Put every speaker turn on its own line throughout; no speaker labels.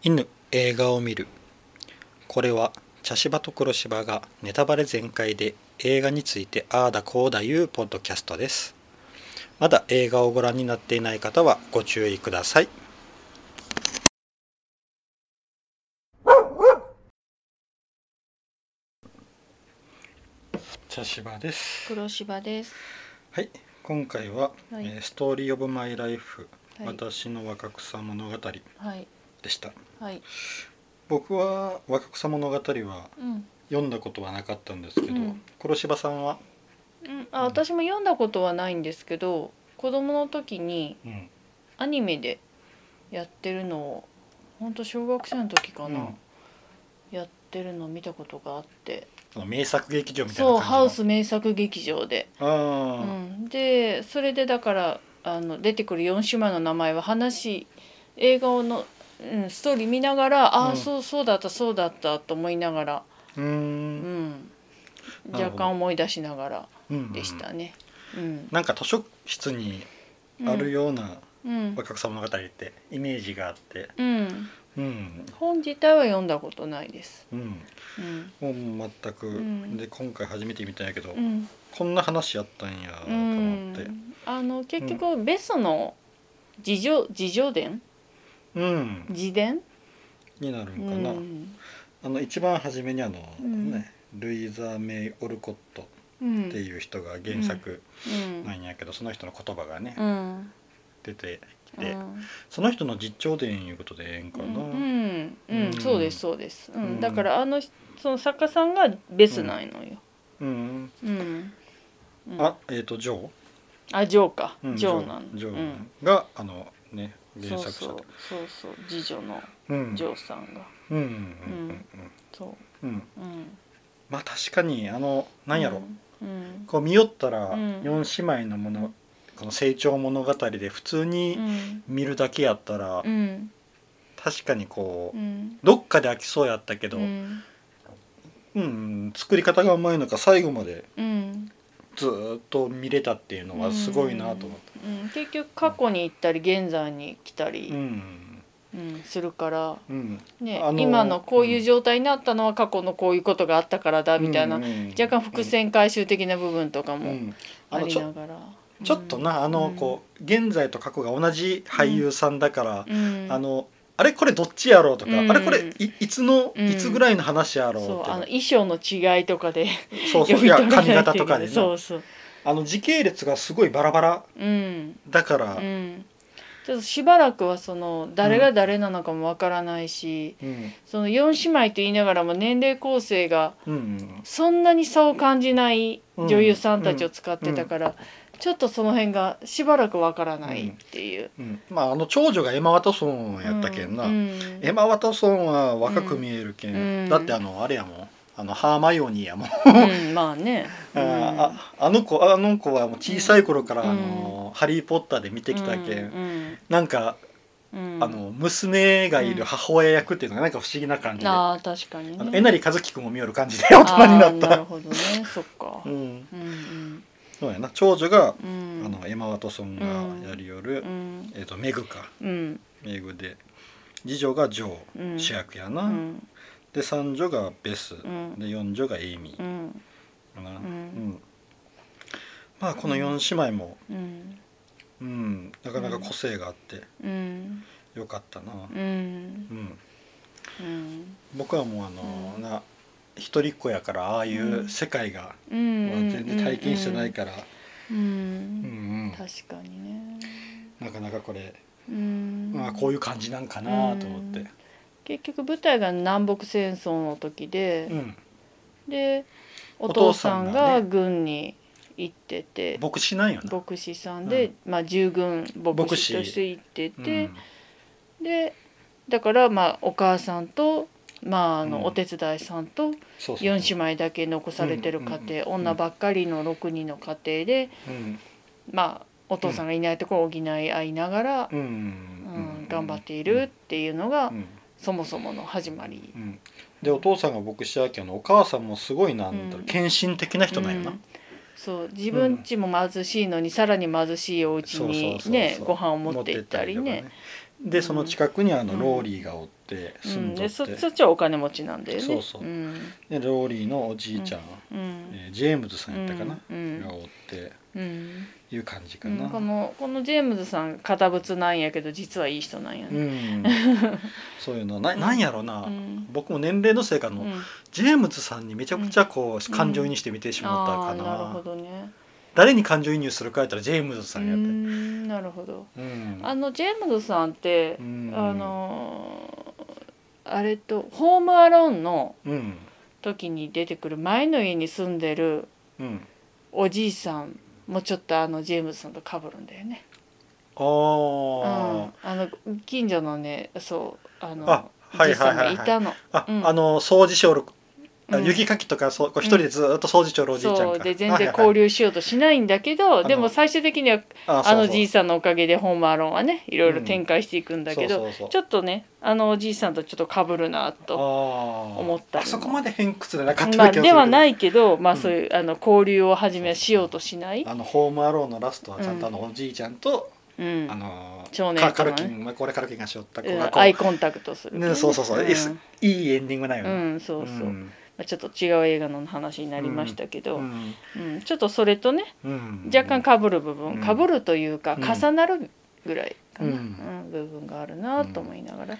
犬映画を見るこれは茶芝と黒芝がネタバレ全開で映画についてああだこうだいうポッドキャストですまだ映画をご覧になっていない方はご注意ください茶芝です
黒芝です。
はい今回は、
はい
えーストーリー・オブ・マイ・ライフ、
はい。
私の若草物語で
はい。
した
はい。
僕は若草物語は
うん。
読んだことはなかったんですけど、
うん
黒柴さんは、
うん、あ、私も読んだことはないんですけど、子供の時に
うん
アニメでやってるのを。本当小学生の時かな、
うん
やってるのを見たことがあって。
その名作劇場みたい
そう、
な感じの
ハウス名作劇場で。う
あ
ん、で、それでだから、あの出てくる四姉妹の名前は話。映画をの。うん、ストーリー見ながら、ああ、
うん
そう、そうだった、そうだったと思いながら。
ーうー
うんん。
なるほど
若干思い出しながら。
うん
でしたね。うん。
なんか図書室にあるような
うん。
若草物語ってイメージがあって
うん。
うん
本自体は読んだことないです。
うん
うん。
もう全く、
ん
で今回初めて見たんやけど、
うん。
こんな話やったんやと
う
思って
ん。あの結局ベストの自叙自叙伝
うん、
自伝？
になる
うん
かな、
ん。
あの一番初めにあの、
うん
ねルイザ・メイ・オルコット
うん。
って
う。
いう人が原作
うん。
なんやけど、その人の言葉がね、
うん。
出てき
う
て、
ん
その人の実調伝いうことでええんか
う
な、
ん、う
うん
ん、そうですそうです、う
うん
ん、だからあのその作家さんがベスないのよ、
うん
うんうん、
あえっ、とジョー、
あジョーか、
うん
ジョーなん
ジョー
うん、
があのね
そ
原
う
作
そ
者で
うそうそう次女の
うん
ジョーさんが、
うんうんうん
そ
うんうん
う、うん、
まあ確かにあのなんやろ、
うん、うん
こう見よったら、
うん
四姉妹のものこの成長物語で普通
う
に
ん
見るだけやったら、
うん
確かにこう、
うん
どっかで飽きそうやったけど、
う
うん、
ん
作り方がうまいのか最後まで
うん
ずーっと見れたっていうのはすごいなと思って。
うんうん結局過去に行ったり現在に来た
う
り、
ん
うん、するから、
うん、
ね
あのー
今のこういう状態になったのは過去のこういうことがあったからだみたいな、
うんうん
若干伏線回収的な部分とか
うんう
も
んあ
あ
の
り
ち
な
ょ
がら、
ちょっとなあのこう現在と過去が同じ俳優さんだから
う、ん、うん、
あのあれこれどっちやろうとか、
うん
あれこれいいつの、
うん
いつぐらいの話やろう
そう
と
あの
か
衣装の違いとかで
そうそう
読
い
み取
や
らない
髪型とかで
ね、
な
そうそう
あの時系列がすごいバラバラ
うん
だから、
うん、ちょっとしばらくはその誰が誰なのかもわからないし、
うん
その4姉妹と言いながらも年齢構成が
うんうん
そんなに差を感じない女優さんたちを使ってたから、ちょっとその辺がしばらくわからないっていう。
うんまああの長女がエマ・ワトソンやったけんな、
うん
エマ・ワトソンは若く見えるけん、
うん
だってあのあれやもんあのハーマイオニーやもん
うんまあね。
あ
うん
ーああの子あの子はもう小さい頃から「あのハリー・ポッター」で見てきたけん、
うん
なんか、
うん
あの娘がいる母親役っていうのがなんか不思議な感じで、あ
あー確かにね。
のえなりかずきくんも見よる感じで 大人になっ
あーな
た
るほどねそっか
う。ん
うん
そうやな長女が、
うんうん
あのエマ・ワトソンがやりよる、
うん
えっとメグか
うん
メグで次女がジョー、
うん
主役や
う
な、
ん
で三女がベス、
うん
で四女がエイミ
う
ー
ん
かな、
うん
まあこの四姉妹も、
うん
うん、なかなか個性があって
うん
よかったな、
うん
うん、
うん
僕はもうあの、
うん
な一人っ子やからああいうんう世界が、
う
ま
ん
あ全然体験してないから、
ら
う
う
んうん
ん確かにね
なかなかこれ、
うん
まあ、こう
い
いう感じなんかなと思って、
結局舞台が南北戦争の時で
うん
で
お
お
父
父
さ
さ
んがね
んが軍に行ってて
牧師なんよな。
牧師さんでまあ従軍牧師として行っててでだからまあお母さんとまああ
うん
のお手伝いさんと
そうそう
4姉妹だけ残されてる家庭、
うんうん
女ばっかりの6人の家庭で
うん
まあお父さんがいないところを補い合いながら、
うん
う
うん
ん頑張っているっていうのが、
うん
そもそもの始まり。
うんでお父さんが牧師やけんお母さんもすごいなんだろ
う
うん献身的な人なんよな
うんそう自分ちも貧しいのに、さらに貧しいお家
そうそうそう
に
そう
ねご飯を持って行ったりね
持って行っでその近くにあの
うん
ローリーがおって
う
住
ん、
んど
で
って、
そそっちはお金持ちなんだよね
そうそうんでローリーのおじいちゃん、
うん
えージェームズさんやったかな、
うん
がおって
うん
いう感じか
う
な、
んこのこのジェームズさん堅物なんやけど実はいい人なんや
う
ね、
ん、そういうのななんやろな、
うん
僕も年齢のせいかの、
うん
ジェームズさんにめちゃくちゃこう、感情移入して見てしまったか
あーなる
な,、
ほどね
誰に感情移入するかやったらジェームズさんや
う
っ
ー
て
んなるほど
うん
あのジェームズさんって
う、ん
あのーあれと「ホームアローン」の
うん
時に出てくる前の家に住んでる
うん
おじいさんもちょっとあのジェームズさんと被るんだよね
あ
うん、
ー
あの近所のねそうあの
あはいはいはいはい
じいさんがい
あ、
うん
あの掃除しおるあ
うん
雪かきとかそうこう一人でずーっと掃除しおるおじ
た
い
の
ちゃん
そ
か
うで全然交
流
流しようとしないんだけど、
の
でも最終的には
あ
あの
そうそう
じいさんのおかげでホームアローンはねいろいろ
うん
展開していくんだけど、
そうそうそう
ちょっとねあのおじいさんとちょっと被るなと
思
思った
あそこまで偏屈でなかった
まあ、ではいないけど、ま
う
あ、
ん
そういう、あの交流をはじめしようとしない、
あのホームアローンのラストはちゃんとあのおじいちゃんと、
うん
あの
少年
カ
と
カ
かね
ルキン、まあ、これカルキンがしおった
う
子が
ん
こう、
アイコンタクトする、
ね、そうそうそう、
ん
いいっすいいエンディングだよ
う
ね、
ん、そうそう、ま
ん
あ、ちょっと違う映画の話になりましたけど、
う
うん
ん
ちょっとそれとね
うん
若干かぶる部
うん
分かぶるというか、
うん
重なるぐらいかな、
うん
うん部分があるなと思いながら、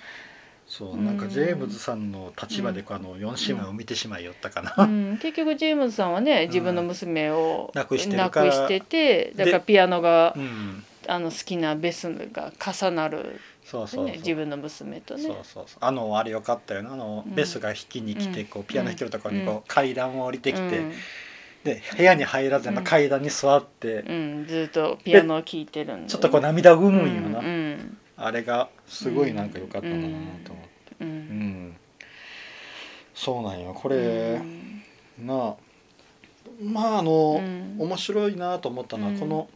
そう
うん
なんかジェームズさんの立場でこうあの4姉妹を見てしまいよったかな、
うん、結局ジェームズさんはね自分の娘を
うん亡くしてる
亡
から
くしててだか
で
らピアノが
う、ん
あの好きなベスが重なる、
そうそ
ね
うそう
自分の娘とね
そうそうそうあのあれよかったよなあの、
うん
ベスが弾きに来て
うん
こうピアノ弾けるところにこう、
うん
階段を降りてきて、
うん
で部屋に入らずにあの
うん
階段に座って、
うん、ずっとピアノを聴いてるんで、
ちょっとこう涙ぐむんよな、
うんうん
あれがすごいなんか良かったなと思って、う
う
ん
ん
そうなんよこ
こ
れ、なあまああ
う
の、
ん
面白いなと思ったのは、
うん
この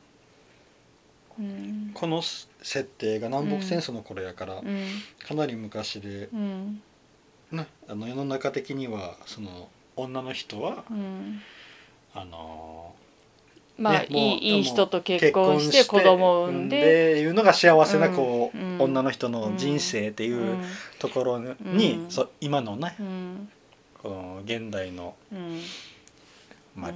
うん
この設定が南北戦争の頃やから、
うん
かなり昔で、
うん
なあの世の中的にはその女の人は
うん
あの
まあ、
ね
い
もう
いいい人と結婚して子供を産んで
いうのが幸せなこう、
うんうん
女の人の人生っていうところに、
うん
そう今のね
うんうん
この現代の、
うん
まあ
う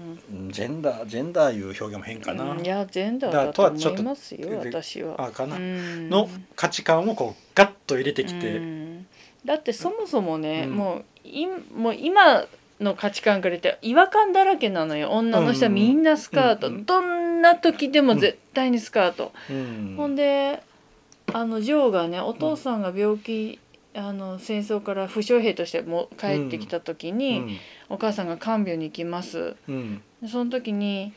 ジェンダージェンダーいう表現も変かな、
うんいや全然だと思いますよ
だとはちょっと
私は
あかな、
うん
の価値観をこうガッと入れてきて、
うんだってそもそもね、
うん
もういもう今の価値観から言って違和感だらけなのよ女の人はみんなスカート、
うんうん
どんな時でも絶対にスカート、
うん
ほんであのジョーがねお父さんが病気、あの戦争から負傷兵としてもう帰ってきた時
う
に、
ん
お母さんが看病に行きます
うん、
でその時に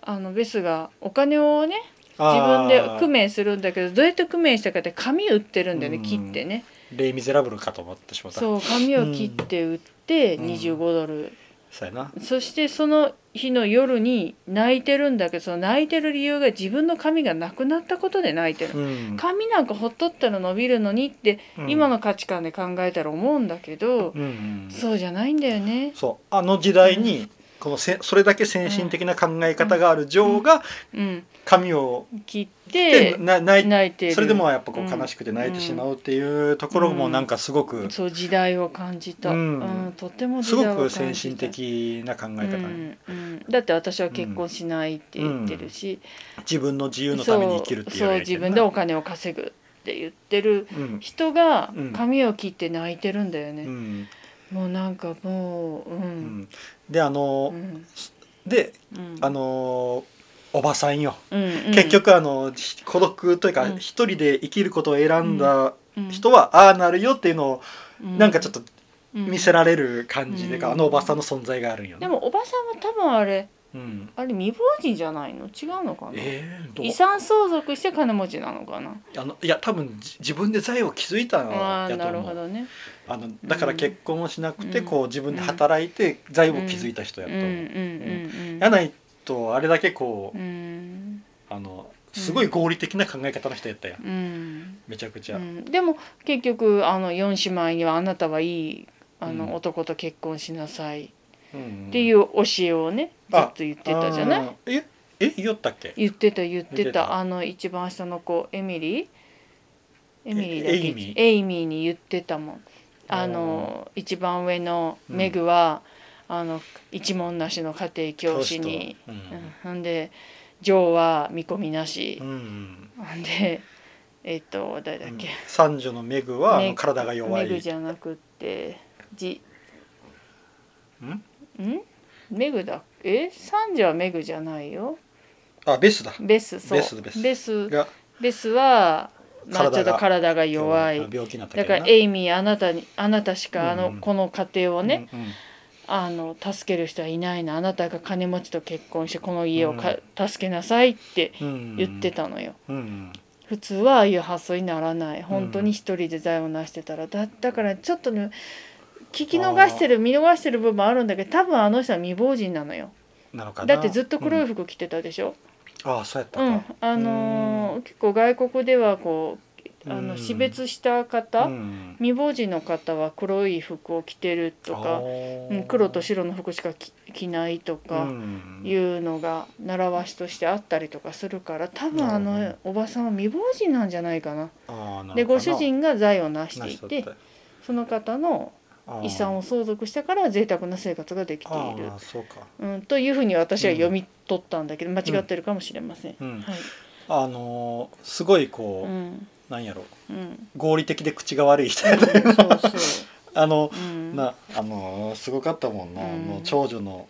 あのベスがお金をね自
あ
分
ー
で工面するんだけどどうやって工面したかって紙売ってるんだよね、
うん
切ってね
レイ・ミゼラブルかと思ってしまった
そう髪を切って売って
うん
25ドル、
そうやな
そしてその日の夜に泣いてるんだけどその泣いてる理由が自分の髪がなくなったことで泣いてる、
うん
髪なんかほっとったら伸びるのにって
うん
今の価値観で考えたら思うんだけど、
うんうん
そうじゃないんだよね。
そうあの時代にこのせそれだけ先進的な考え方があるジョーが
うん、
髪を
切っ
で
て
な泣い
泣いてる
それでもやっぱこう
うん
悲しくて泣いてしまうっていうところもなんかすごく
そう時代を感じた、
う
うんんとっても時
すご
代を感
く
じた
先進的な考え方ね
うんうんだって私は結婚しないって言ってるし、
自分の自由のために生きるっていう
そうそう
やり
自
方や
分
な
でお金を稼ぐって言ってる
うん
人が
うん
髪を切って泣いてるんだよね、
うん
もうなんかもうう
うんんであ
う
の
ん
で
うん
あのおばさんよ
うんうん
結局あのひ孤独というか
うん
一人で生きることを選んだ
うん
人はああなるよっていうのを
うん
なんかちょっと
うん
見せられる感じでか、
うん
あのおばさんの存在があるんよね
で、もおばさんは多分あれ
うん、
あれ未亡人じゃないの違うのかな
えー、ど
遺
う
産相続して金持ちなのかな
あのいや多分じ自分で財を築いたの
ああ
や
ー
と
なる
思
ほ
う
どね
あのだから結婚をしなくて、
うん
こう自分で働いて財を築いた人や
う
と
んう
思う、
んうんうん
やないとあれだけこう、
うん
あのすごい合理的な考え方の人やったやん
うん
めちゃくちゃ、
うん、でも結局あの4姉妹にはあなたはいいあの、
うん
男と結婚しなさい
うん
っていうう教えをね、ず
あ
っと言ってたじゃない、
いええ言おったっけ
言ってた言ってた
言ってた
あの一番下の子エミリーエミリーだっけ
エイミー
エイミーに言ってたもんあの一番上のメグは、あの一文なしの家庭教師に、
教師と
うん、ほんでジョーは見込みなし
う、んうん
ほんでえっと誰だっけ、
三女のメグは
メグ
体が弱
メグ
い
じゃなくってじ
ん
んメグだえサンジはメグじゃないよ
あベスだ
ベスそう
ベスベス
ベス
が
ベスは、まあ、ちょ
体
っと
が
体が弱い
あ病気になった
だ
け
か
ど
ら
な
エイミーあなたにあなたしかあの、
うんうん
この家庭をね、
うんうん
あの助ける人はいないのあなたが金持ちと結婚してこの家をか、助けなさいって言って、たのよ、
うんうん
普通はああいう発想にならない本当に一人で財を成してたらだだからちょっとね聞き逃してる見逃してる部分もあるんだけど多分あの人は未亡人なのよ
なのかな
だってずっと黒い服着てたでしょ、
うんああそうやった
う
か
んあのー結構外国ではこうあ
う
の
ん
死別した方、
うん
未亡人の方は黒い服を着てると
あ
か、
ー
うん、黒と白の服しか着着ないとか、
うん
いうのが習わしとしてあったりとかするから多分あ
なる
のおばさんは未亡人なんじゃないかな。
あーなのかな
でご主人が財を成し
な
てい
しとって
その方の
あー
遺産を相続したから贅沢な生活ができている
ああ、そうか
うん、というふうに私は読み取ったんだけど間違ってるかもしれません。
うん
はい
あのーすごいこう、
うん
なんやろ
うん、
合理的で口が悪い人や
そ
ね
うそう、
あの
うん、
なあのーすごかったもんな、
うん
あの長女の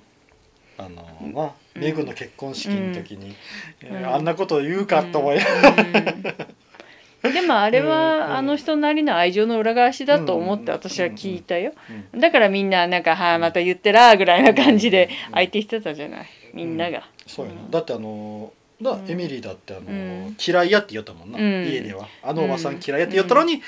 あのーな
うん
メグの結婚式の時に、
ん
えー
うん
あんなことを言うかと思い、
うんでもあれ
うん
はあの人なりの愛情の裏返しだと思って私は聞いたよ。だからみんななんか「はあまた言ってら」ぐらいな感じで
うん
相手してたじゃないみんなが。
そうやな、
うん
だってあのーだ
うん
エミリーだってあのー、
うん
嫌いやって言ったもんな、
うん
家ではあのおばさん嫌いやって言ったのに、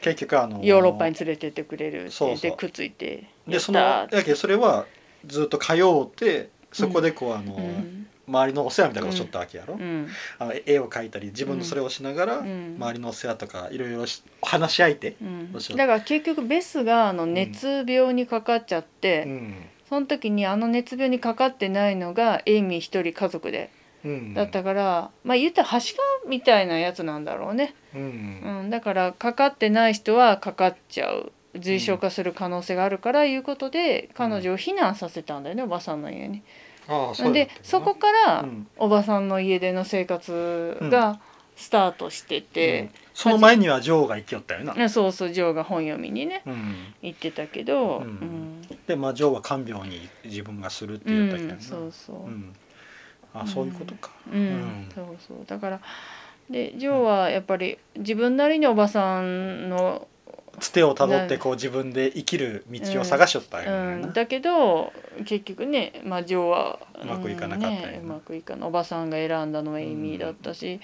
結局あの
ヨーロッパに
つ
連れてってくれるって
そうそう
でくっついて
でその
や
や
った
けどそれはずっと通うてそこでこうあのー、
うん
周りのお世話みたいなことをしとったわけやろ、
うん
あの絵を描いたり自分のそれをしながら、
うん
周りのお世話とかいろいろし話し相手、
うん
どうしよう
だから結局ベスがあの熱病にかかっちゃっ
う
て
ん
その時にあの熱病にかかってないのがエイミー一人家族で
うん、
だったからまあ言ったらはしかみたいなやつなんだろうね
うん
うんだからかかってない人はかかっちゃう重症化する可能性があるからいうことで彼女を避難させたんだよねおばさんの家に。
ああそうだ
で
ったよな
そこから、
うん
おばさんの家での生活がスタートして
う
て
ん、その前には女王が生きよったよな、
ねそうそうジョーが本読みにね
うん、
行ってたけど、
う
うんん
でまあ女王は看病に自分がするって
う
言ったけど
ん
な、
そうそう、
う
うん
んあそういうことか、うん
そうそうだからでジョーはやっぱり自分なりにおばさんの、
つてをたどってこう自分で生きる道を探しよったん
う
やな、
ん、だけど結局ね、まあ、ジョーは
うまくいかなかったよ
ん
ね
ねうまくいかないおばさんが選んだのはエイミーだったし、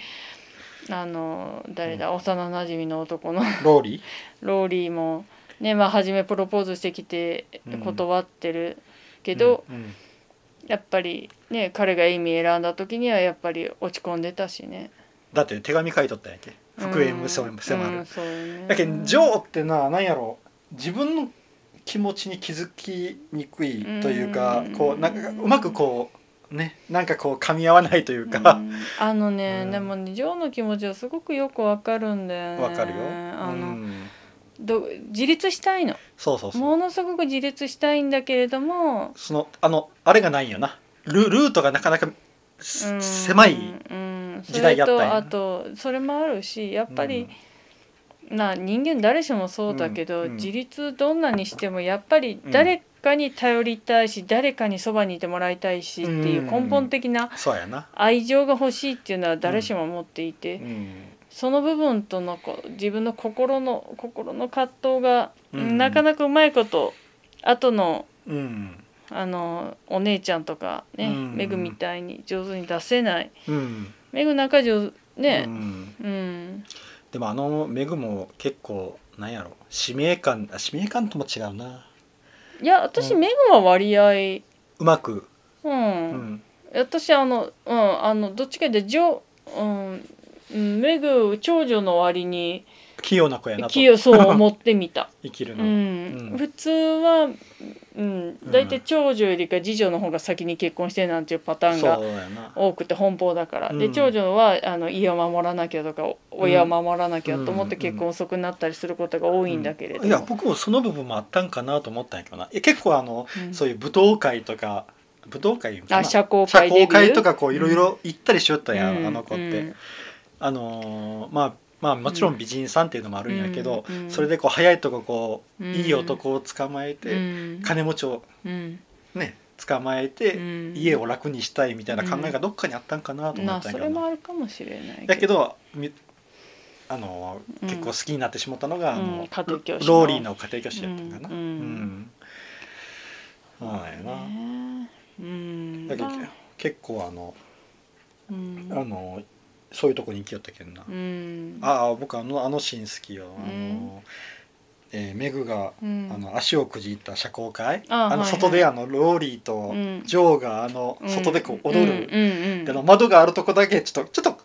あの誰だ、幼なじみの男の
ローリー
ローリーもねまあ初めプロポーズしてきて
うん
断ってるけど、、
うんうん
やっぱりね彼が意味選んだ時にはやっぱり落ち込んでたしね
だって手紙書いとったんやけ復縁無迫る、
うんそうよね
だけどジョーってな何やろ自分の気持ちに気づきにくいというか、
うん
こうなんかうまくこうねなんかこう噛み合わないというか、
うんあのね、
うん
でもねジョーの気持ちはすごくよくわかるんだよね
わかるよ、
あの、
うん
ど自立したいの
そうそうそ
も
う
のすごく自立したいんだけれども
そのあのあれがないんよなルルートがなかなかす
うん
狭い、
うん
時代やったん
それ
や
とあとそれもあるしやっぱり、
うん
な人間誰しもそうだけど、
うんうん
自立どんなにしてもやっぱり誰かに頼りたいし、誰かにそばにいてもらいたいしっていう根本的な
そうやな、
愛情が欲しいっていうのは誰しも持っていて、
うん
その部分とのこう自分の心の心の葛藤が、
うん
なかなかうまいこと後の
うん
あのお姉ちゃんとかね、
うん
メグみたいに上手に出せない
うん
メグなんか上ね
うん
うん、
でもあのメグも結構なんやろ使命感あ使命感とも違うない
や私、
うん
メグは割合
うまく、う
うん
ん、
私あのうんあのどっちかでジョうんうんメグ長女の割に
器用な子やなと
器用そう思ってみた、
生きる
う
の、
ん
うん
普通は、うん、大体長女よりか次女の方が先に結婚してなんていうパターンが
そうやな
多くて奔放だから、
う
で
ん
長女はあの家を守らなきゃとか親を守らなきゃと思って
うん
結婚遅くなったりすることが多いんだけれども、
いや僕もその部分もあったんかなと思ったんやけどないや結構あの、
うん
そういう舞踏会とか舞踏会言うんかな
あ社交界
社
デ
交
ビュー
界とかこういろいろ行ったりしよったやん、
うん
あの子って、
うん
あのーまあまあもちろん美人さんっていうのもあるんやけど、
うん
それでこう早いとここう、
うん
いい男を捕まえて、
うん
金持ちを
うん
ね捕まえ
う
て、
ん
家を楽にしたいみたいな考えがどっかにあったんかなと思
ま
っ
あ
たん
そ
や
れ
けどな、
もあるかもしれない
だけどみあのー
うん
結構好きになってしまったのが、
うん
あの
家庭教師の
ローリーの家庭教師やったんかな
うん
うんそうやな、
ねうん
だけど
まあ
結構あの
うん
あのそういうとこに行きよったけんな、
うん
ああ僕あのあのシーン好きよあの、
うん
えーメグが、
うん
あの足をくじった社交界あ
あはい
の
はい
外であのローリーと
うん
ジョーがあの
うん
外でこう踊る、
うんうんうん
であの窓があるとこだけちょっとちょっ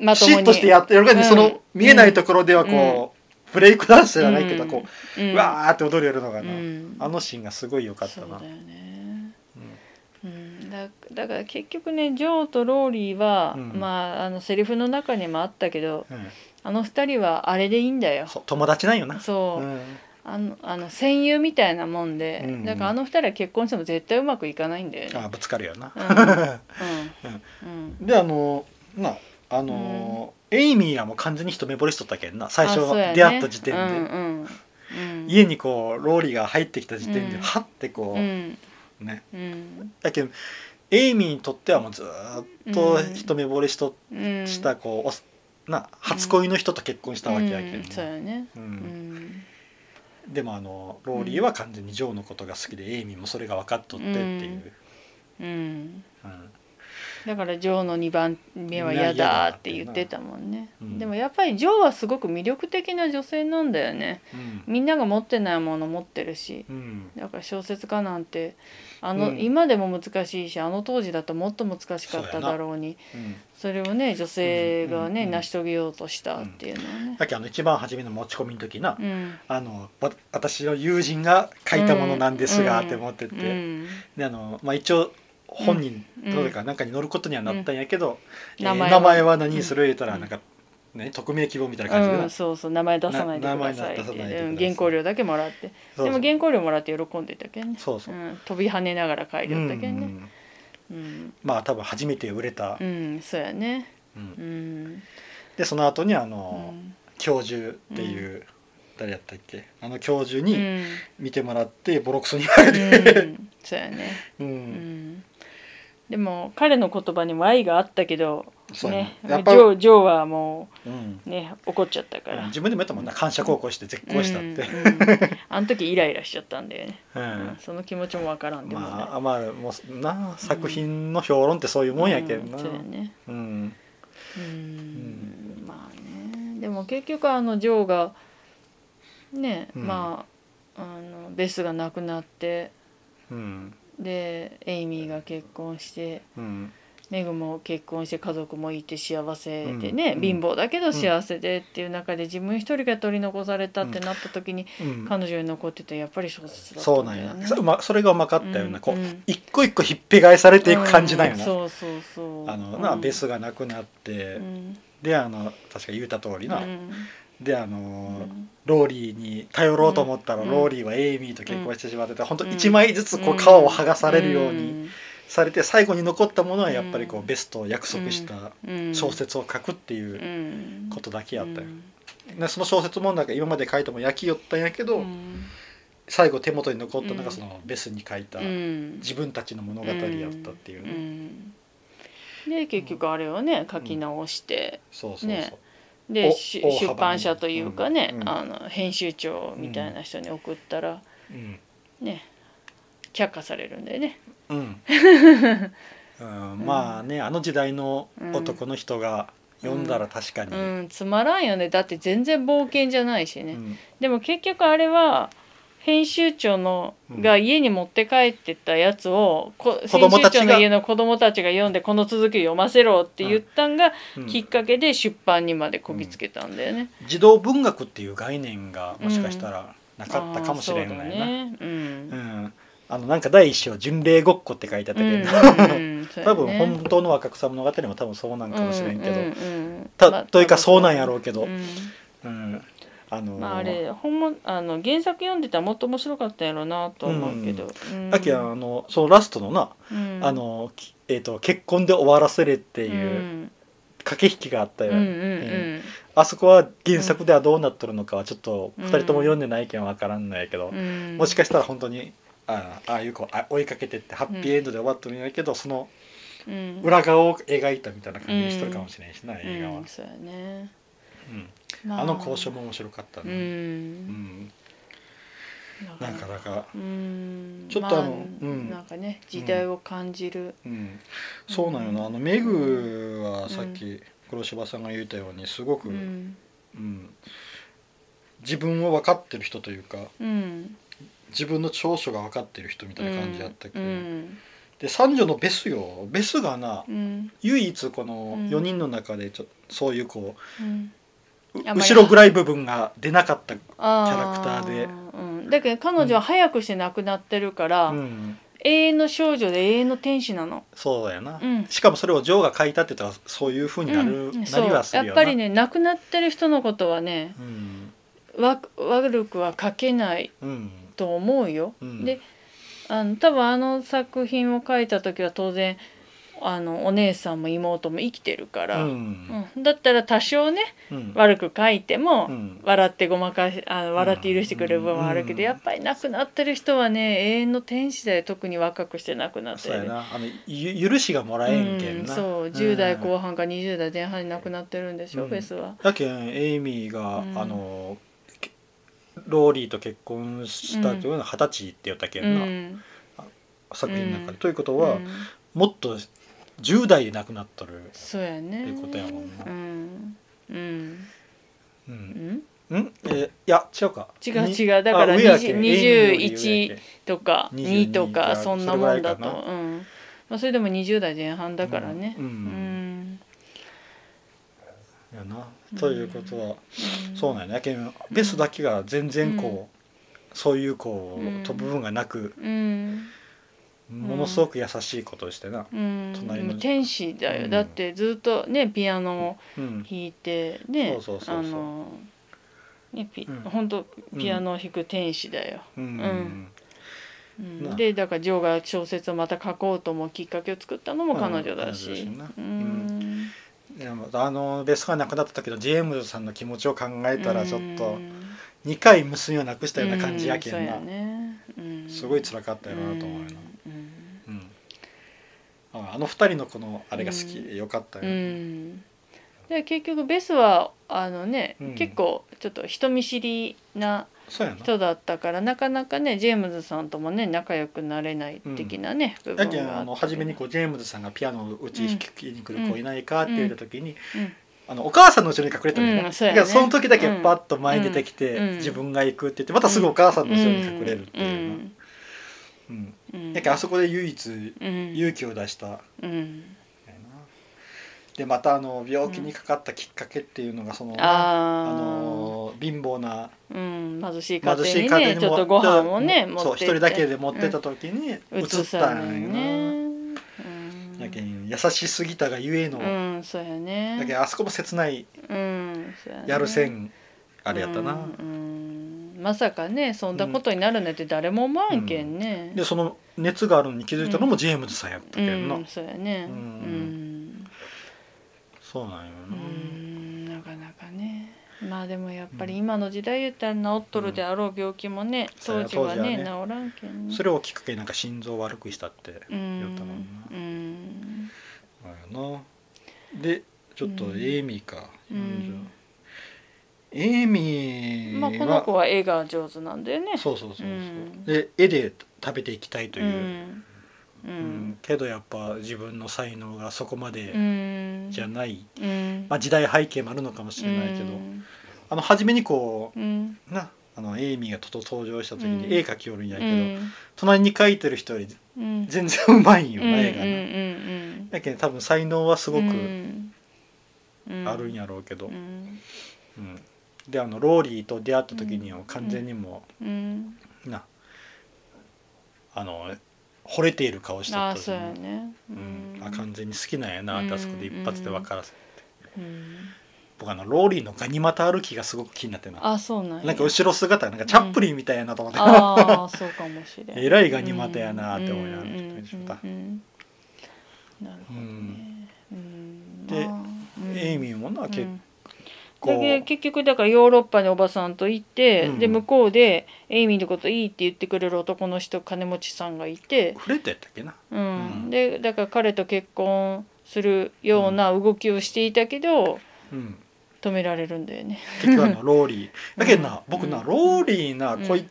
ま
と
と
シ
も
ー
に
ンとしてやってるけど、
うん
その見えないところではこう、ブレイクダンスじゃないけどこ
う
う、
ん
わーって踊れるのがな、
うん
あのシーンがすごい良かった
そう
な
だよね
うん
うん、だだから結局ねジョーとローリーは、
うん
まああのセリフの中にもあったけど
うん
あの二人はあれでいいんだよ
そう友達なんよな
そう、
ん
あのあの戦友みたいなもんで、
うん
だからあの二人は結婚しても絶対うまくいかないんだよね
あぶつかるよな、
うん
であのなあの、エイミーはもう完全に一目惚れしとったけんな最初
あそうやね
出会った時点で、
うんうんうん、
家にこうローリーが入ってきた時点で、
うん
はってこ
うん
う、ね
うん
だけどエイミーにとってはもうずーっと一目惚れしと、
うん、
したこうおすな初恋の人と結婚したわけやけ
うんん、そう
な、
やね
うん
うん
でもあのローリーは完全にジョーのことが好きで、エイミーもそれが分かっとってっていう、
うん
うん
だからジョーの2番目は嫌だって言ってたもんね、
うん
でもやっぱりジョーはすごく魅力的な女性なんだよね
うん
みんなが持ってないもの持ってるし
うん
だから小説家なんてあの、
うん
今でも難しいしあの当時だともっと難しかっただろうに
うん
それをね女性がね、
うん
成し遂げようとしたっていうのはね
さっきあの一番初めの持ち込みの時な、
うん
あのわ私の友人が書いたものなんですが、
うん
って思ってて、
うん
であのまあ、一応本人
うん
どれかなんかに載ることにはなったんやけど、
う
えー
ん名前は
名前は何にする言うたら
うん
なんか、ね、匿名希望みたいな感じでな、
うん、そうそう名前出さないで
な
くださいって
名前出さないでください
うん、原稿料だけもらって
そうそう
でも原稿料もらって喜んでたけんね
そうそう、
ん、飛び跳ねながら書いて
うん
たけん
う
ね
ん
うん、
まあ多分初めて売れた、
うんそうやね
うん
うん、
でその後にあ
う
の、
ん
教授っていう、誰やったっけあの教授に
うん
見てもらってボロクソに言われ
う
て、
んそうやね、
うん
うん、でも彼の言葉にも愛があったけど
そうや
ね
な
ジ
や
ョ
っぱ、
ージョーはも
うん
うね怒っちゃったから
自分でもやったもんな感謝高校して絶好したって、
うんうんあの時イライラしちゃったんだよね、
うん
その気持ちもわからんでもない、
まあまあもうな作品の評論ってそういうもんやけんな、うんん
うそうやね
うん
うん、まあねでも結局あのジョーがね、
うん
まああのベスが亡くなって
うん
でエイミーが結婚してメグも結婚して家族もいて幸せでね、
うん
貧乏だけど幸せでっていう中で自分一人が取り残されたってなった時に、
うん
彼女に残っててやっぱり小説だった
そうんな
だ
ん
よ
や、
ね。
それまそれがうまかったような、こう
うん
一個一個ひっぺがえされていく感じなんよ
うん
な、
そうそうそう。
あのな
うん
ベスがなくなって、
うん
であの確か言うた通りな、
うん
であ
う
の
ん
ローリーに頼ろうと思ったら、
うん
ローリーはエイミーと結婚してしまってて、ほんと
うん
1枚ずつこう皮を剥がされるようにされて、最後に残ったものはやっぱりこ
う
うんベストを約束した
うん
小説を書くっていう、
うん
ことだけやったよ
うん
ねその小説もなんか今まで書いても焼きよったんやけど、
うん
最後手元に残ったの
うん
がそのベスに書いた
うん
自分たちの物語やったっていうね、
うんで結局あれをね書き直して、
そうそうそう、
ね
お
でし
大幅に
出版社というかね、
うんうん
あの編集長みたいな人に送ったら、
うん
ね却下されるんだよね。
うん うんまあねあの時代の男の人が読んだら確かに、
う
うん
んつまらんよねだって全然冒険じゃないしね、
うん
でも結局あれは編集長の
うん
が家に持って帰ってったやつを、こ
子
編
供た
集
ちが
長の家の子供たちが読んでこの続き読ませろって言ったんが
うん
きっかけで出版にまでこぎつけたんだよね。
児童文学っていう概念がもしかしたらなかったかもしれないな、
あーそうだねう
うんん、あのなんか第一章「巡礼ごっこ」って書いてあった
う
け
ん
ど、
うんうんそう やね
多分本当の若草物語も多分そうなんかもしれんけど、
うんうんうん
た
まあ
というかそうなんやろうけど
ん
うんあのー
まあ、あれ本もあの原作読んでたらもっと面白かったんやろうなと思うけど、うん
だけどあのそのラストのな、
うん
あのきえー、と結婚で終わらせれっていうう駆け引きがあった
うん
よ、
うんうん
あそこは原作ではどうなっとるのかはちょっと2人とも読んでないけんわからんのやけど、
うんうん
もしかしたら本当にああああいう子あ追いかけてってハッピーエンドで終わっとるんやけど、その
うん
裏側を描いたみたいな感じにしとるかもしれんしな、映画は、
うん、そうやね、
うん
ま
あの交渉も面白かった
う
ね、
ん、
うんなんかだから、
うん
ちょっとあの
ま
うん
なんかね時代を感じる、
うん、そうなんよなあのメグはさっき黒柴さんが言ったようにすごく、
う
うん
ん
自分を分かってる人というか
うん、
自分の長所が分かってる人みたいな感じだったけ
う
ど、
ん
で三女のベスよベスがな
うん
唯一この
うん
4人の中でちょそういうこ
うん、
う、
あまり
後ろ暗い部分が出なかった、
あ
キャラクターで
うん、だけど彼女は早くして亡くなってるから、
うん、
永遠の少女で永遠の天使なの。
そうだよな、
うん
しかもそれをジョーが書いたって言ったらそういう風になる、
うん
なりはす
そう
るよ
やっ
な
ぱりね亡くなってる人のことはね
うん
わ悪くは書けない
うん
と思うよ。
うん
であの多分あの作品を書いた時は当然あのお姉さんも妹も生きてるか
う
ら、
ん
うんだったら多少ね
うん
悪く書いても、
うん
笑ってごまかしあの笑って許してくれる部分はあるけ
うん
ど、やっぱり亡くなってる人はね永遠の天使だよ特に若くして亡くなって
そうや
る。
なあのゆ許しがもらえんけんな、
うん、そう10代後半か20代前半に亡くなってるんでしょ、
うん
フェスは。
だけんエイミーが、
うん
あのけローリーと結婚したというのは二十歳って言ったけ
うん
な、
ん
作品の中で、
うん
ということは、
うん
もっと10代で亡くなっとる、
そうやね。
ってことやもんな
うんうん
う
うんん、
うんえーいや違うか
違う
に
違うだから
あ上やけんエイ
20
ミーより上や
21とか
22
2とかそんなもん
それ
だと
ぐらい
うんまあ、それでも20代前半だからね。
うんう
うんん
けんやな
うん
ということは、
うん
そうなんやけんベスだけが全然こう、そういうこう、
うん
と部分がなく
うん
ものすごく優しいことをしてな、
うん、
隣の
天使だよ、
うん
だってずっとねピアノを
うん
弾いてね
そうそうそうそう
あのねピ
うん
本当ピアノを弾く天使だよ、
うん
うんう、
なん
でだからジョーが小説をまた書こうともきっかけを作ったのも彼女だし
うん彼女だしな
うん
いやもうあのベスが亡くなった時のジェームズさんの気持ちを考えたらちょっ
う
と
ん
2回娘を亡くしたような感じやけんな、
うんそうやねうん
すごい辛かったよなと思うよな、う
うん
んああの二人のこのあれが好き、
う
よかったよ、
うんで結局ベスはあのね、
うん
結構ちょっと人見知りな
そうやな
人だったからなかなかねジェームズさんともね仲良くなれない的なね、部
やけ
分
ん
があ
あ
っ
の
て
初めにこうジェームズさんがピアノをうち
うん
弾きに来る子いないかって言った時に、
うん
あのお母さんの後ろに隠れたみたいな、
うんそうやね
だからその時だけパッと前に出てきて、
うん
自分が行くって言ってまたすぐお母さんの後ろに隠れるっていうな、うん
うんうん
やけんあそこで唯一
うん
勇気を出した
うん
やなでまたあの病気にかかったきっかけっていうのがその、あ
あー
の貧乏な
うん、貧しい家
貧
庭
しい
に
家庭
ね
に
ちょっとご飯をね持
そう
っ
一
て
人だけで持ってた時に
移
移っ
さ
た
ない
んよな、
ね
やけん優しすぎたがゆえの、
うん、うん、そうやね
だけんあそこも切ない
うんそうやね
やるせんあれやったな、
うんうんまさかねそんなことになるなんて誰も思わんけんね、
でその熱があるのに気づいたのもジェームズさんやった
う
けどな、
んそうやね
う
うんん、
そうなんよ
う
な、
ん、なかなかねまあでもやっぱり今の時代言ったら治っとるであろう病気もね、
そう
当
や
時はね
当時
治らんけんね
それをきっかけになんか心臓悪くしたって
う
言ったもん
ん
な
うん
なんやなでちょっとエイミーか、
うん
エイミー
まあ、
は、
この子は絵が上手なんだよね。
そうそうそうそう、
うん
で絵で食べていきたいという、
うん。う
うん
ん。
けどやっぱ自分の才能がそこま
う
で
ん。
じゃ
うん。
ない、
うん。
まあ、時代背景もあるのかもしれないけど、あの初めにこ
うん。
うなあのエイミーがとと登場した時
う
に
ん
絵描きおるんや
う
けど、
ん
隣に描いてる人より
うん
全然うまいんよ
うん
な絵がな、
うん
だけど多分才能はすご
うんうん
く
うん
あるんやろうけど、
うん
うんであのローリーと出会った時には完全にも
うん
うなあの惚れている顔して
あ
た
あ
し
そうやねう
うん
ん、
あ完全に好きなんやなってあそこで一発で分からせ、
うん
僕あのローリーのガニ股歩きがすごく気になってな
あそうなんや
なんか後ろ姿なんかチャップリンみたいやなと思って、
ああそうかもしれん
えらいガニ股やなって思いながら
うんうん
見てた
うんうんうんなるほどねうん
で
まあうん
エイミーもな結
うんで
構、
結局だからヨーロッパにおばさんと行って、
うん
で向こうでエイミーのこといいって言ってくれる男の人金持ちさんがいて、
触れてやったっけな
うん
うん
でだから彼と結婚するような動きをしていたけど、
うん
止められるんだ よね。
結局あのローリーだけどな、僕な
うん
ローリーな、
うん
こい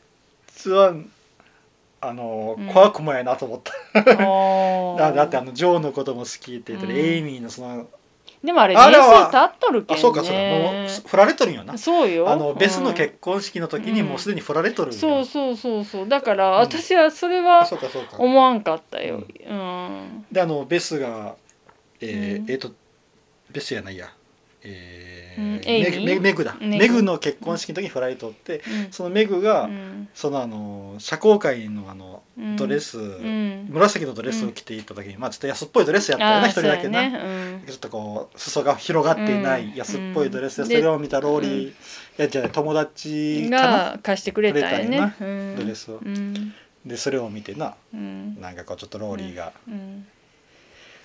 つはあの
うん
怖くもやなと思った、
あー
だだってあのジョーのことも好きって言ってる、
うん
エイミーのその
でもあれ
あ
年
れは
数経っとるけ
あ
んね。
そうかそうかもう振られとるんよな
そうよ。
あのベスの
うん
結婚式の時にもうすでに振られとるんよ
そうそうそうそうだから
ん
私はそれ
あ
は
そうかそうか
思わんかったよ。うん。
であのベスがえー
うん
えーとベスやないやえー
うんエイミ
メ
ー
グメグメグだ
メグ
メグの結婚式の時に振られとって
うん
そのメグが、
うん
そのあの社交界のあの
うん
ドレス、
うん
紫のドレスを着ていった時に、まあちょっと安っぽいドレスやったよ
あ
な
ー
一人だけな、
そうやね
ちょっとこう裾が広がっていな
うん
い安っぽいドレスで、
うん
それを見たローリー、
う
いやじゃあ友
う
達か
ん
な
が貸してくれたんや
くれ
ね。
た
うん
ドレスを
うん
でそれを見てな
うん
なんかこうちょっとローリーが
うん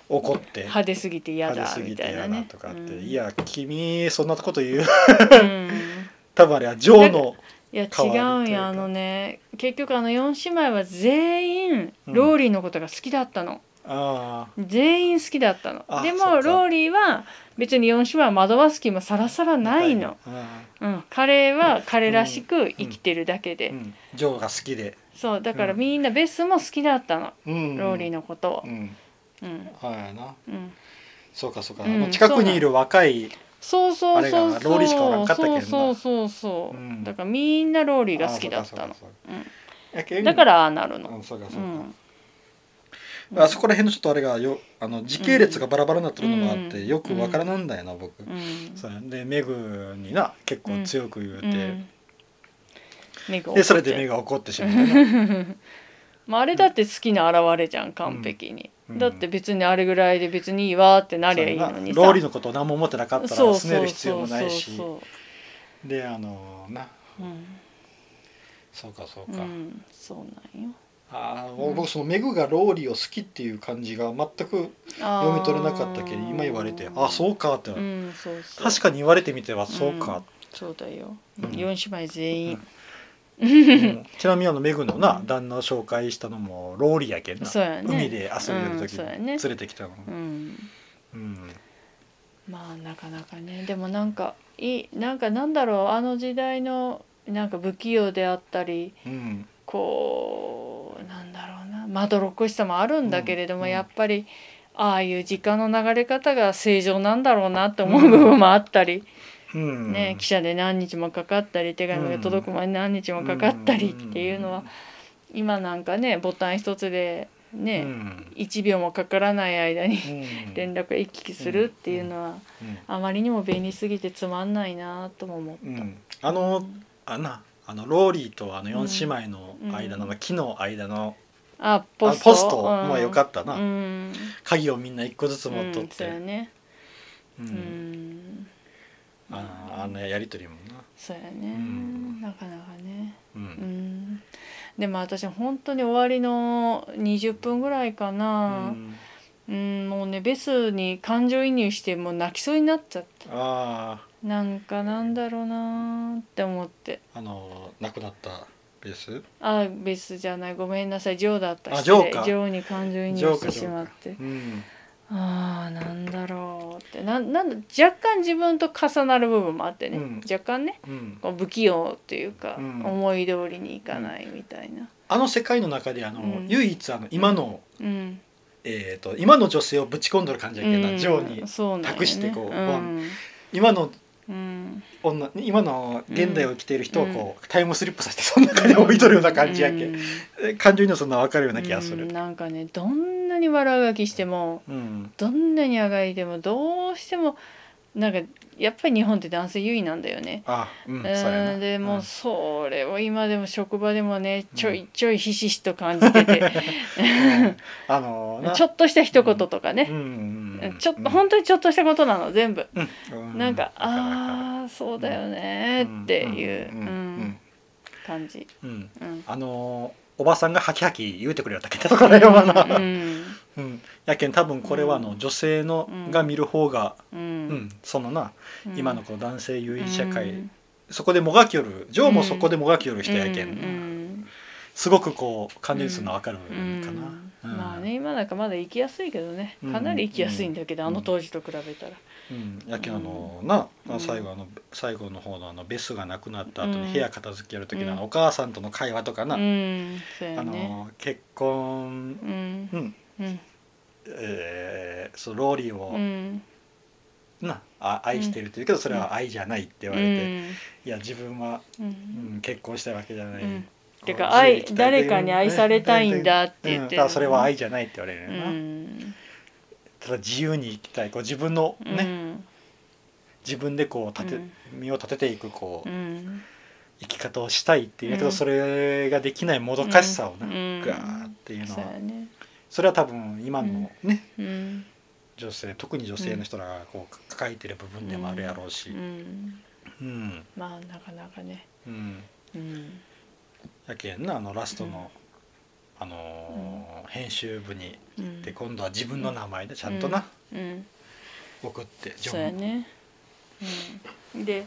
怒って、
派手すぎて嫌だ
派手すぎ
み
て
たいな
嫌だ
ね。
とかって、
うん
い、や君そんなこと言う
うん
多分あれはジョーの
いや違
変わるというか
うんやあのね結局あの4姉妹は全員
うん
ローリーのことが好きだったの。
あ
全員好きだったの
あ
で
そっ
も
か
ローリーは別に4姉妹は惑わす気もさらさら
あ
ないの、うん、彼は彼らしく生きてるだけで、
うん、ジョーが好きで、
そうだから
うん
みんなベスも好きだったの、
うん、
ローリーのことを
う、ん
うん
はいな
うん、
そうかそうか、
うん
あの近くにいる若い
そうそ
あ
う
れ
そ
が
う
ローリーしかおらんかったけど
そう
な
そうそうそう、
うん
だからみんなローリーが好きだった
あ
の
そうかそうかそうか
う
やけ
ん、
ん
だからああなるの
うん、そうかそううか、
ん
あそこら辺のちょっとあれがよあの時系列がバラバラになってるのがあって、
うん
よくわからなんだよな僕、
うん
そうやでメグにな結構強く言うて、
うん目が怒っちゃう
でそれで目が怒ってしまうな
まあ、あれだって好きな現れじゃん完璧に、
うん
だって別にあれぐらいで別にいいわってなりゃいいのにさ
そうやなローリーのことを何も思ってなかったら
そう
拗
そう
ねる
そう
必要もないし
そう
であのな
そううん、
そうかそう
う
か、
ん、そうなんよ
ああ僕そのメグがローリーを好きっていう感じが全く読み取れなかったけど今言われてあそううかってな
う
る、
んそうそう
確かに言われてみてはそうか、
そうだよ、
うん
四姉妹全員、
うんちなみにあのメグのな旦那を紹介したのもローリーやけんな、
そうやね
海で遊んでる時
うんそう
に
やね
連れてきたの、
うん
うん
まあなかなかねでもなんかいいなんかなんだろうあの時代のなんか不器用であったり
うん
こうなんだろうなまどろっこしさもあるんだけれども、
うん
やっぱりああいう時間の流れ方が正常なんだろうなって思う部分もあったり、
うん
ね、記者で何日もかかったり手紙が届くまで何日もかかったりっていうのは、今なんかねボタン一つで
うん
ね、1秒もかからない間に
うん
連絡が行き来するっていうのは、あまりにも便利すぎてつまんないなとも思った。
うんうんあのあなあのローリーとあの4姉妹の間の、
うん
あの木の間の
あポ
ポ
ス
スト
ト
ポストも良かったな、
うん
鍵をみんな一個ずつ持っとっ
うんそうや
て、
ね
う
うんん
あのあのやり取りもな、
そうやね、
うん
なかなかね
う
うんんでも私本当に終わりの20分ぐらいかなうん、もうねベスに感情移入してもう泣きそうになっちゃっ
ああ
たなんかなんだろうなって思って
あの亡くなったベース
あベスじゃないごめんなさいジョーだった
あ
失礼
ジョーか
ジョーに感情移
ジョ
入
ー
し
か
て
ジョ
し
ー
ま
か
って
うん
あーなんだろうってなんなんだ若干自分と重なる部分もあってね、
うん
若干ね
うん
こう不器用というか、
うん
思い通りにいかないみたいな、
あの世界の中であの、
うん
唯一あの今の、
うん
えー、と今の女性をぶち込んどる感じやけどな、
うん
ジョーに
そうなんよね
託してこう
うん
今の
うん
女今の現代を生きている人をこう、タイムスリップさせてその中に置いとるような感じやけ、
うん
感情にはそんな分かるような気がす
うん
る
なんかねどんなに笑うがきしても
うん、
どんなにあがいてもどうしてもなんかやっぱり日本って男性優位なんだよね。
あうんそう
う
やなん
でも
う
うんそれを今でも職場でもね
うん
ちょいちょいひしひしと感じて て
うんあのな
ちょっとした一言とか
う
ね、
んうん
ちょっと本当にちょっとしたことなの全部、
う
な
わるわ
んか
かる
ああーそうだよねーっていう、うん
んん
感じ。
うんうん
うん
あのおばさんがハキハキ言うてくれよったけ どそこら辺は
う
な、
ん
うん、やけん多分これはあの女性の
うん
が見る方が、
う
うん
ん
そのな
うん
今のこの男性優位社会、
うん
そこでもがきよるジョーもそこでもがきよる人やけん、
うんうん
すごくこう感じるするの分かるかな、
うん
うん
まあね今なんかまだ行きやすいけどね
うん
かなり行きやすいんだけど、
うん
あの当時と比べたら、
うん、やけんあの、
うん
なあ
うん
最後あの最後の方のあのベスが亡くなった後
う
に
ん
部屋片付ける時のあの
うん
お母さんとの会話とかな、
うんそう
あ
やね
の結婚
うん
うん
うん
えー、そのローリー
う
を、
ん
なあ愛してるって言うけどそれは愛じゃないって言われて、いや自分は、
うんう
うん
ん
結婚したいわけじゃない、
うん
こう
てか
自由に生
愛
きたい
誰かに愛されたいんだって言って
うん、ただそれは愛じゃないって言われ
う
るよな、
ん
ただ自由に生きたいこう自分のね、自分でこう立て、
うん
身を立てていくこう、
うんうん
生き方をしたいっていうけど、
うん
それができないもどかしさをな、
うん
ガーっていうの
そう
は
やね
それは多分今のね、
うん
女性特に女性の人らがこう抱えてる部分でもあるやろうし、
うん
うん
まあなかなかね
うん、
うん
やけんなあのラストの、あのー編集部に
うん
で今度は自分の名前でちゃんとな、
うん
送ってジ
そう
ョ
や
ン、
ねうんで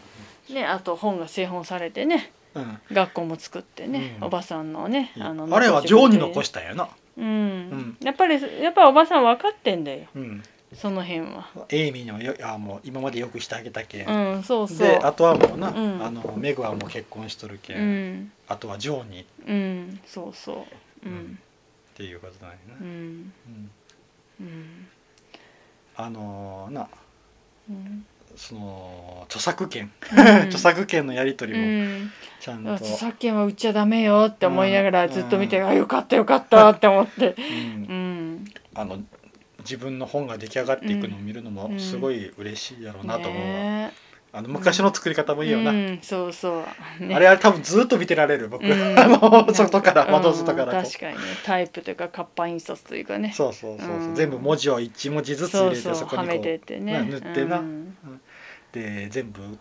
ねあと本が製本されてね
うん
学校も作ってね、
うん
おばさんのねあの
あれはジョーに残したんやな、
うん、
ん
やっぱりやっぱおばさん分かってんだよ
うん、
その辺は
エイミーにもよあもう今までよくしてあげたけん、
うんそうそう
であとはもうな、
うん
あのメグはもう結婚しとるけ
う、ん
あとはジョーにっ
うんそうそううん
ていうことなんやな、
うん
うん
うん
あのーな
うん
その著作権、
うん
著作権のやり取
う
りも
ん、
ちゃんと、
著作権は売っちゃダメよって思いなが
う
ら
ん
ずっと見て、あよかったよかったって思って
うん
うん
あの自分の本が出来上がっていくのを見るの
う
も
ん
すごい嬉しいやろうなと思うわ、
ね
あの昔の作り方もいいよな、
うん、そうそう、ね
あれあれ多分ずっと見てられる僕、
うん
あの外から窓外からこ
うん
う、
確かにねタイプというか活版印刷というかね
そうそうそうそう、
うん
全部文字を一文字ずつ入れて
そうそ
そうこ
は
にこう
めてってね
ね塗ってな
うん
で全部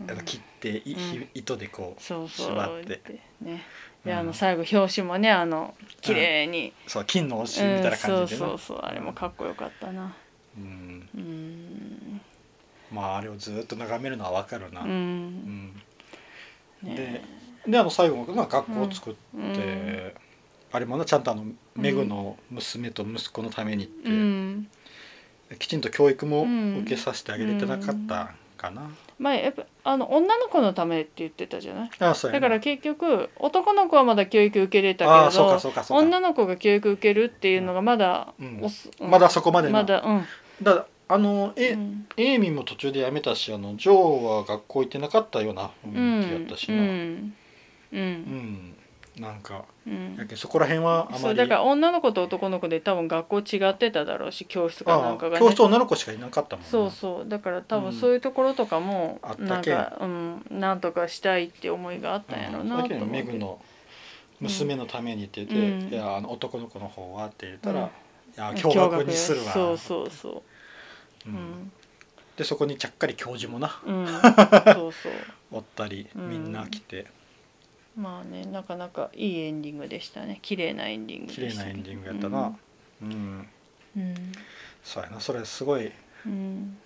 あの切って、いひ
うん
糸でこう
そうそう
縛って
ね
う
で
ん
あの最後表紙もねあの綺麗に、
そう金の押し
うん
みたいな
そ
感
う
じでな、
そうそうあれもかっこよかったな
うん
うん
まああれをずっと眺めるのはわかるな、
う
うんん
ね
であの最後まあ学校を作って、
うん
あれもなちゃんとあのメグの娘と息子のためにって、
うん
きちんと教育も
うん
受けさせてあげれてなかったかな、
まあやっぱあの女の子のためって言ってたじゃない
あそうやな
だから結局男の子はまだ教育受けれた
ああ
け
そうか
ど
そうかそうか
女の子が教育受けるっていうのがまだ、
うん
おすうん
まだそこまでな
まだうん
だからあのえ、
うん
エイミーも途中で辞めたしあのジョーは学校行ってなかったような雰囲気やったし
う
な、うん
んうん
なんか
うん
やけんそこら辺はあまり
そうだから女の子と男の子で多分学校違ってただろうし教室かな
あ
んか
あ
が、
教
ね
室、と女の子しかいなかったもんね
そうそうだから多分そういうところとかも
うんあったけん
なんか、うん、なんとかしたいって思いがあったんやろうな
だけ
と
ど
思
メ
っ
グ
て。
の娘のためにって言って、
うん
いやあの男の子の方はって言ったら、
うん
いや驚愕にするわ
そうそうそうう、うんん、
でそこにちゃっかり教授もな
う ん、そうそう
おったり
うん
みんな来て、
まあねなかなかいいエンディングでしたね綺麗なエンディング
綺
で
麗
した
なエ
けど
ンディングやったなうん、
うん
そうやなそれすごい
うん、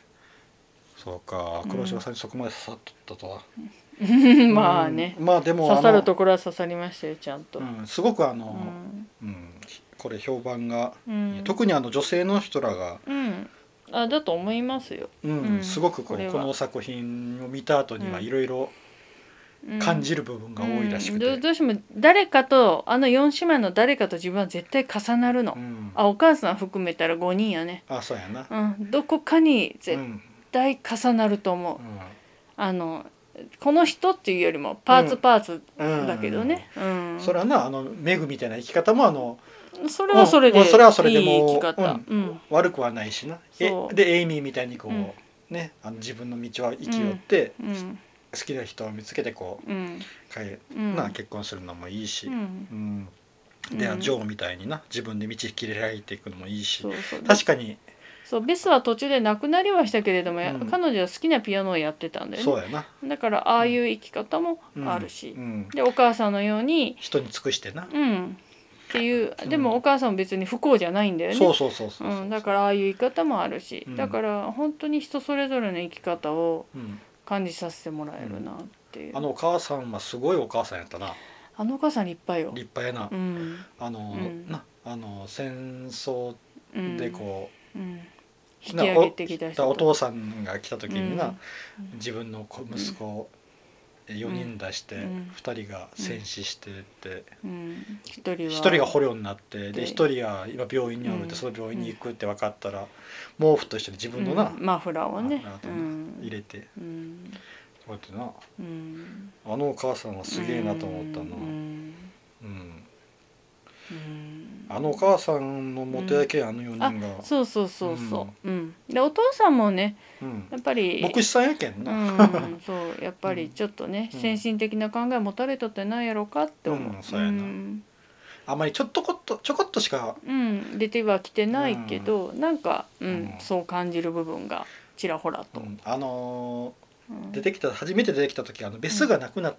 そうか
うん
黒潮さんにそこまで刺さっとったとは、
うん まあね
うんまあでも
刺さると
こ
ころは刺さりましたよちゃんと、
うん、すごくあの、
うん
うんこれ評判が、
うん、
特にあの女性の人らが、
うん、あだと思いますよ。
うん
うん
すごくこう
これは
この作品を見た後には
うん
いろいろ
うん
感じる部分が多いらしくて、
うんどどうしても誰かとあの4姉妹の誰かと自分は絶対重なるの、
うん
あお母さん含めたら5人やね、
あそうやな、
うん、どこかに
うん
絶対重なると思う、
うん
あのこの人っていうよりもパーツパーツ
うん
だけどね、うん
それはなあのメグみたいな生き方もあの
それはそれで
う
い
ん
い
それはそれでもう
生き方、
う
うん
悪くはないしなえ
そう
でエイミーみたいにこう、
うん
ねあの自分の道を生きよって、
うん
好きな人を見つけてこ
うん
うかえ、
うん
な結婚するのもいいし、
うん
うんで
うん
ジョーみたいにな自分で道切り開いていくのもいいし
そうそう
確かに
そうベスは途中で亡くなりはしたけれども、や
うん
彼女は好きなピアノをやってたんだよね
そうやな、
だからああいう生き方も
うん
あるし、
うん
でお母さんのように
人に尽くしてな、
うんっていう
うん
でもお母さんも別に不幸じゃないんだよね
そうそうそうそうそう、
うん、だからああいう言い方もあるし、
うん
だから本当に人それぞれの生き方を
うん
感じさせてもらえるなっていう、
あのお母さんはすごいお母さんやったな
あのお母さん立派よ
立派やな、
うん
あの、
うん
なあの戦争
うん
でこ
う、ん、
う、
引き
な
上げてきた人
おお父さんが来た時にな、
うん
自分の子息子を4人出して
うん
2人が戦死してって
うん、一人は
1人が捕虜になってで
で
1人は今病院におるっ
う
て
ん
その病院に行くって分かったら毛布と一緒に自分のな
うんマフラーをね
マフラーと
う
ね
ん
入れて
うん
こうやってな
うん
あのお母さんはすげえなと思った
う
な、
ん
うん、
うん
あのお母さんの元やけあの4人が、
あそうそうそうそう、うんでお父さんもね
うん
やっぱり
牧師さんやけん
う
な、
ん、そうやっぱりちょっとね、
うん
先進的な考え持たれとってないやろかって思う、
うんそうやな
うん
あまりちょっとこっとちょこっとしか
うん出てはきてないけど、なんか、うん
うん
そう感じる部分がちらほらと、
うんあの
うん
ー出てきた初めて出てきた時あのベスが亡くなっ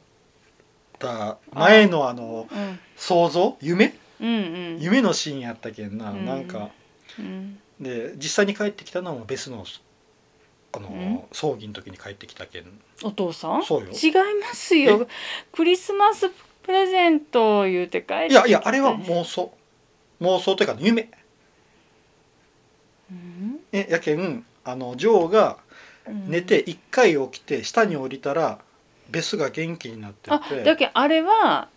た前のあの
うん
想像夢
うんうん
夢のシーンやったけんな、
うん
なんか
うん
で実際に帰ってきたのもベスのあのー、
うん
葬儀の時に帰ってきたけん
お父さん
そうよ
違いますよクリスマスプレゼントを言うて帰って
いやいやあれは妄想妄想というか夢
うん
えやけんあのジョーが
うん
寝て1回起きて下に降りたらベスが元気になって
あだ
て
けどあれは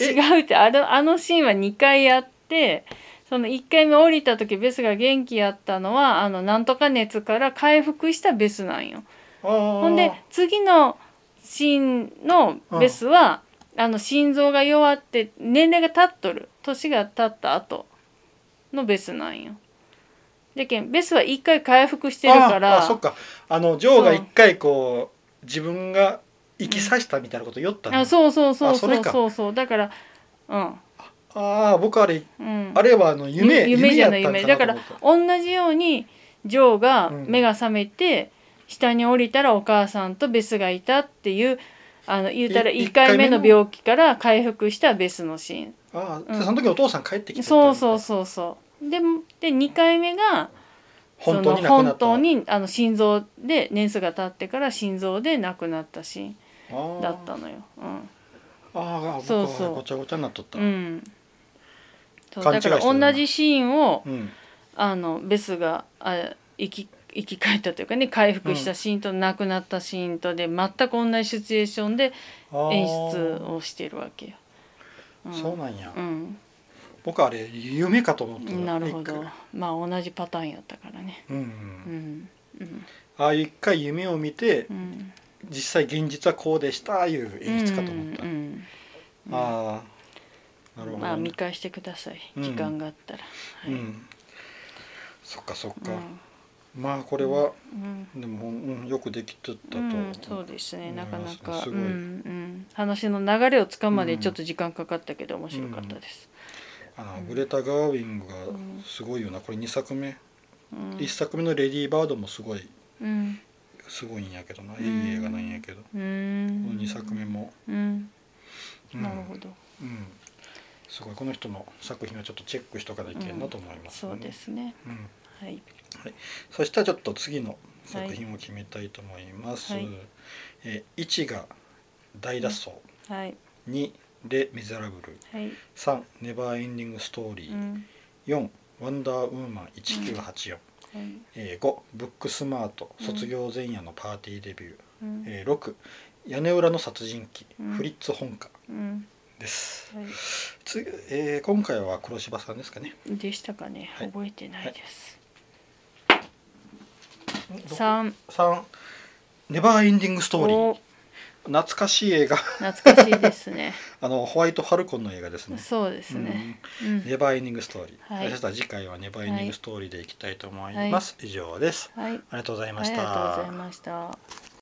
え
違うってあのあのシーンは2回やってその1回目降りた時ベスが元気やったのはあのなんとか熱から回復したベスなんよ。
ほ
ほんで次のシーンのベスは、あの心臓が弱って年齢が経っとる年が経った後のベスなんよ。でけんベスは1回回復してるか
あ
ら
あそっかあのジョーが
うん
一回こう自分が生きさせたみたいなこと言ったの、
あそうそうそう
あそれ
そう
か
そうそうだからうん
ああ僕あれ
うん。
あれはあの夢
ゆ夢じゃない
夢
夢
や
だ
った
か
ん
ら
なと思っ
同じようにジョーが
うん
目が覚めて、下に降りたらお母さんとベスがいたっていうあの言うたら
い
1
一
回目
回目の
の病気から回復したベスのシ
たああ、
うん
その時お父さん帰ってき
ーン
て
そうそう
う
そうそうでで2回目が
本当
そ
に亡く
の
な
本
った
当にあの心臓で年数が経ってから心臓で亡くなったシーンだった
あ
のよ。うん
あああ僕
そうそ
は
う
ごちゃごちゃになっとった
うん、そう
勘違
だ
いして
か
る
ら
な
同じシーンを、
うん
あのベスがあ生き生き返ったというかね回復したシーンと亡くなったシーンとで全く同じシチュエーションで
ああ
演出をしてるわけよ。うん、
そうなんや、
うん、
僕あれ夢かと思ってた
なるほ
一
ど
回
まあ同じパターンやったからね。
うん、う、
うんんうん
ああいう一回夢を見て
うん、
実際現実はこうでしたいう演出かと思った、
うんうんうん
ああなるほどね、
まあ見返してください、
うん
時間があったら。は
う
い
ん、そっかそっ
う
か、
ん
まあこれは
うん
でも、うん、よくできとったと、
うん、そうですねなかなか、
す
う
ご
ん
い
うん、話の流れをつかむまでちょっと時間かかったけど面白かったです。
あ
う
の
ん
グレタ・ガーウィングが
うん
すごいよなこれ2作目、
うん
1作目の「レディー・バード」もすごい
うん
すごいんやけどな、
うん
いい映画なんやけど、
う
この
ん
2作目も、
うん
うん
なるほど
うん、すごいこの人の作品はちょっとチェックしとかないけんなと思いますね、
そうですね
うん
はい
そしたらちょっと次の作品を決めたいと思います、
はい
えー1が「大脱走
はい」
2「レ・ミゼラブル」
はい
3ネバーエンディングストーリ
う
ー、
ん
4ワンダーウーマン1984、
はい
えー5ブックスマート
うん
卒業前夜のパーティーデビュー、
うん
えー6屋根裏の殺人鬼、
うん
フリッツ本家
うん
です
は
次、えー今回は黒柴さんですかね
いでしたかね
はい
覚えてないです
んどこ
三
三ネバーエンディングストーリー
お
懐かしい映画
懐かしいです ね
あのホワイト・ファルコンの映画ですね
そうですね、うん
ネバーエンディングストーリー、
はい
そしたら次回はネバーエンディングストーリーでいきたいと思います、以上です
はい
ありがとうござい
あ
まし
り
た、
がとうございました